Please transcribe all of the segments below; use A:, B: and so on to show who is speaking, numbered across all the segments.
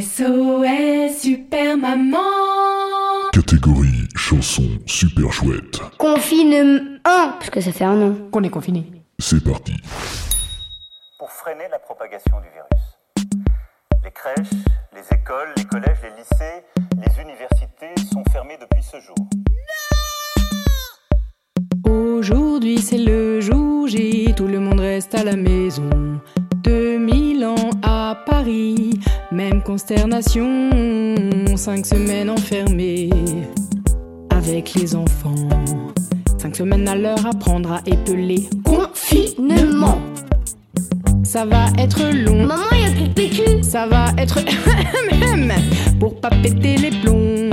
A: SOS Super Maman
B: Catégorie chanson super chouette.
C: Confine 1, parce que ça fait un an.
D: qu'on est confiné.
B: C'est parti.
E: pour freiner la propagation du virus. Les crèches, les écoles, les collèges, les lycées, les universités sont fermées depuis ce jour.
D: Aujourd'hui c'est le jour J, tout le monde reste à la maison. 2000 ans à Paris, même consternation. Cinq semaines enfermées avec les enfants. Cinq semaines à leur apprendre à épeler.
C: Confinement
D: Ça va être long,
C: Maman, il y a plus de PQ
D: ça va être pour pas péter les plombs.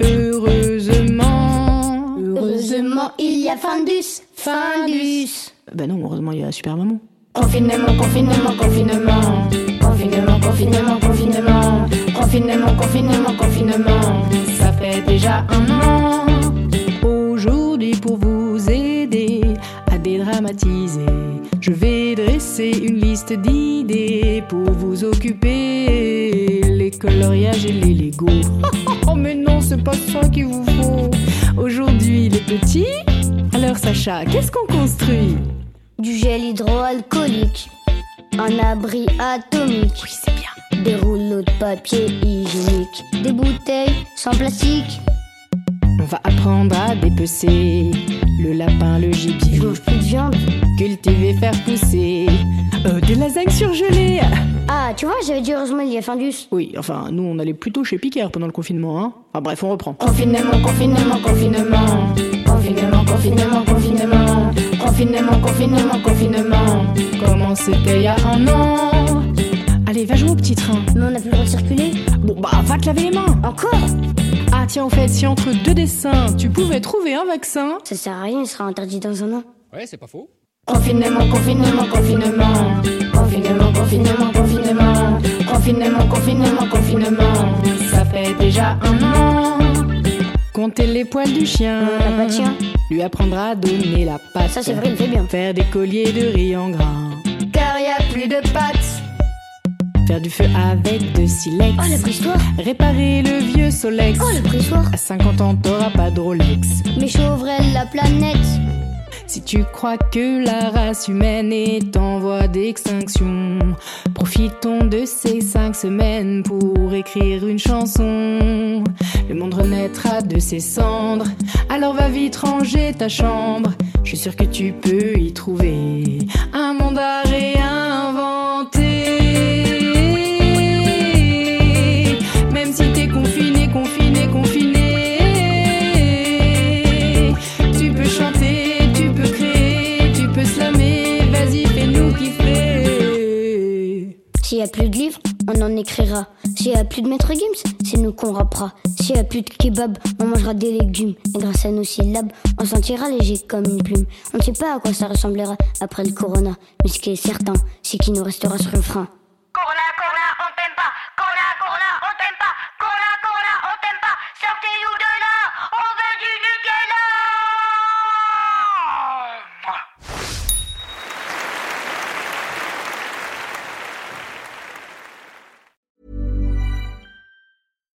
D: Heureusement,
C: Heureusement, il y a Findus Findus
D: Ben non, heureusement il y a super maman.
C: Confinement, confinement, confinement Confinement, confinement, confinement Confinement, confinement, confinement
D: Ça fait déjà un an. Aujourd'hui, pour vous aider à dédramatiser, je vais dresser une liste d'idées pour vous occuper. Les coloriages et les Legos. Oh, mais non, c'est pas ça qu'il vous faut. Aujourd'hui, les petits. Alors, Sacha, qu'est-ce qu'on construit
C: Du gel hydroalcoolique Un abri atomique
D: Oui, c'est bien.
C: Des rouleaux de papier hygiénique Des bouteilles sans plastique
D: On va apprendre à dépecer le lapin, le
C: Je
D: gibier.
C: mange plus de viande
D: Cultiver, faire pousser. Euh, des lasagnes surgelées.
C: Ah, tu vois, j'avais dit heureusement, il y a Findus
D: Oui, enfin, nous, on allait plutôt chez Picard pendant le confinement, hein. Enfin, bref, on reprend.
C: Confinement, confinement, confinement Confinement, confinement, confinement Confinement, confinement, confinement
D: Comment c'était il y a un an Allez, va jouer au petit train.
C: Mais on a plus le droit de circuler
D: Bon, bah, va te laver les mains.
C: Encore
D: Ah, tiens, en fait, si entre deux dessins, tu pouvais trouver un vaccin.
C: Ça sert à rien, il sera interdit dans un an.
F: Ouais, c'est pas faux.
C: Confinement, confinement, confinement. Confinement, confinement, confinement. Confinement, confinement, confinement.
D: Ça fait déjà un an. Compter les poils du chien.
C: Ah bah tiens,
D: Lui apprendra à donner la patte.
C: ça c'est vrai, il fait bien.
D: Faire des colliers de riz en grains.
C: Car y a plus de pattes.
D: Faire du feu avec de silex.
C: Oh le pressoir,
D: Réparer le vieux Solex.
C: oh le pressoir.
D: À 50 ans, t'auras pas de Rolex.
C: Mais Chauvrel, la planète.
D: Si tu crois que la race humaine est en voie d'extinction, profitons de ces cinq semaines pour écrire une chanson. Le monde renaîtra de ses cendres, alors va vite ranger ta chambre. Je suis sûre que tu peux y trouver un monde à réinventer. Même si t'es confiné, confiné, confiné. Tu peux chanter, tu peux créer, tu peux slammer, vas-y fais-nous kiffer.
C: S'il y a plus de livres, on en écrira. S'il y a plus de maître Gims, c'est nous qu'on rappera. S'il y a plus de kebab, on mangera des légumes. Et grâce à nos syllabes, on sentira léger comme une plume. On ne sait pas à quoi ça ressemblera après le corona. Mais ce qui est certain, c'est qu'il nous restera sur le frein.
G: Corona, corona, on t'aime pas. Corona, corona, on t'aime pas. Corona, corona, on t'aime pas. Sortez-nous de là. On veut du Nutella.